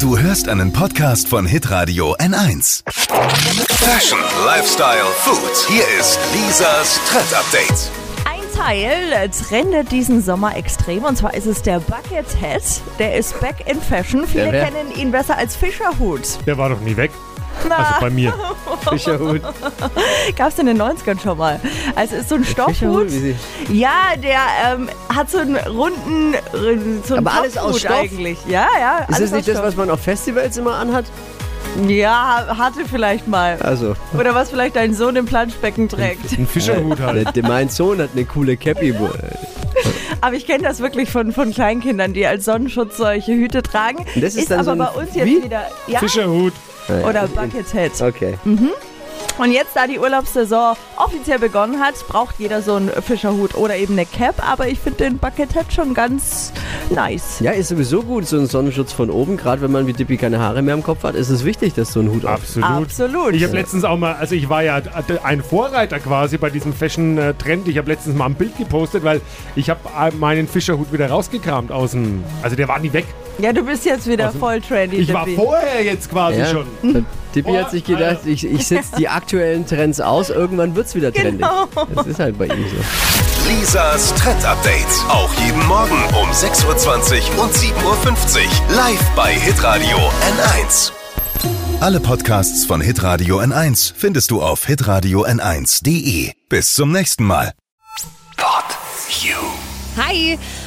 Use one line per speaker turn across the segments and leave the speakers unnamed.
Du hörst einen Podcast von Hitradio N1. Fashion, Lifestyle, Food. Hier ist Lisas Trend Update.
Ein Teil trendet diesen Sommer extrem und zwar ist es der Buckethead. Der ist back in fashion. Viele
Der wer?
kennen ihn besser als Fischerhut.
Der war doch nie weg. Also bei mir.
Fischerhut.
Gab es in den 90ern schon mal. Also ist so ein Stoffhut.
Fischerhut, wie sie-
Ja, der ähm, hat so einen runden, äh, so einen
Aber alles aus
Topfhut
Stoff?
eigentlich. Ja, ja.
Ist
alles
das nicht
aus
das, was man auf Festivals immer anhat?
Stoff. Ja, hatte vielleicht mal.
Also, äh,
Oder was vielleicht dein Sohn im Planschbecken trägt.
Ein Fischerhut halt.
der, der, mein Sohn hat eine coole Cappy. wo-
Aber ich kenne das wirklich von, von Kleinkindern, die als Sonnenschutz solche Hüte tragen.
Und das ist dann
aber
so ein-
bei uns jetzt
wie?
wieder. Ja,
Fischerhut.
oder Buckethead.
Äh, Okay.
Und jetzt, da die Urlaubssaison offiziell begonnen hat, braucht jeder so einen Fischerhut oder eben eine Cap. Aber ich finde den Buckethead schon ganz nice.
Ja, ist sowieso gut, so ein Sonnenschutz von oben. Gerade wenn man wie Dippy keine Haare mehr am Kopf hat, ist es wichtig, dass so ein Hut auf.
Absolut.
Absolut.
Ich habe letztens auch mal, also ich war ja ein Vorreiter quasi bei diesem Fashion-Trend. Ich habe letztens mal ein Bild gepostet, weil ich habe meinen Fischerhut wieder rausgekramt aus dem, also der war nie weg.
Ja, du bist jetzt wieder
Also,
voll trendy.
Ich war
Dippy.
vorher jetzt quasi
Ja.
schon.
Dippy
Boah,
hat sich gedacht,
Alter.
ich, ich setze die aktuellen Trends aus, irgendwann wird es wieder trendig.
Genau.
Das ist halt bei ihm so.
Lisas Trend Update. Auch jeden Morgen um 6.20 Uhr und 7.50 Uhr. Live bei Hitradio N1. Alle Podcasts von Hitradio N1 findest du auf hitradio n1.de. Bis zum nächsten Mal. Pod you.
Hi,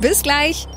Bis gleich.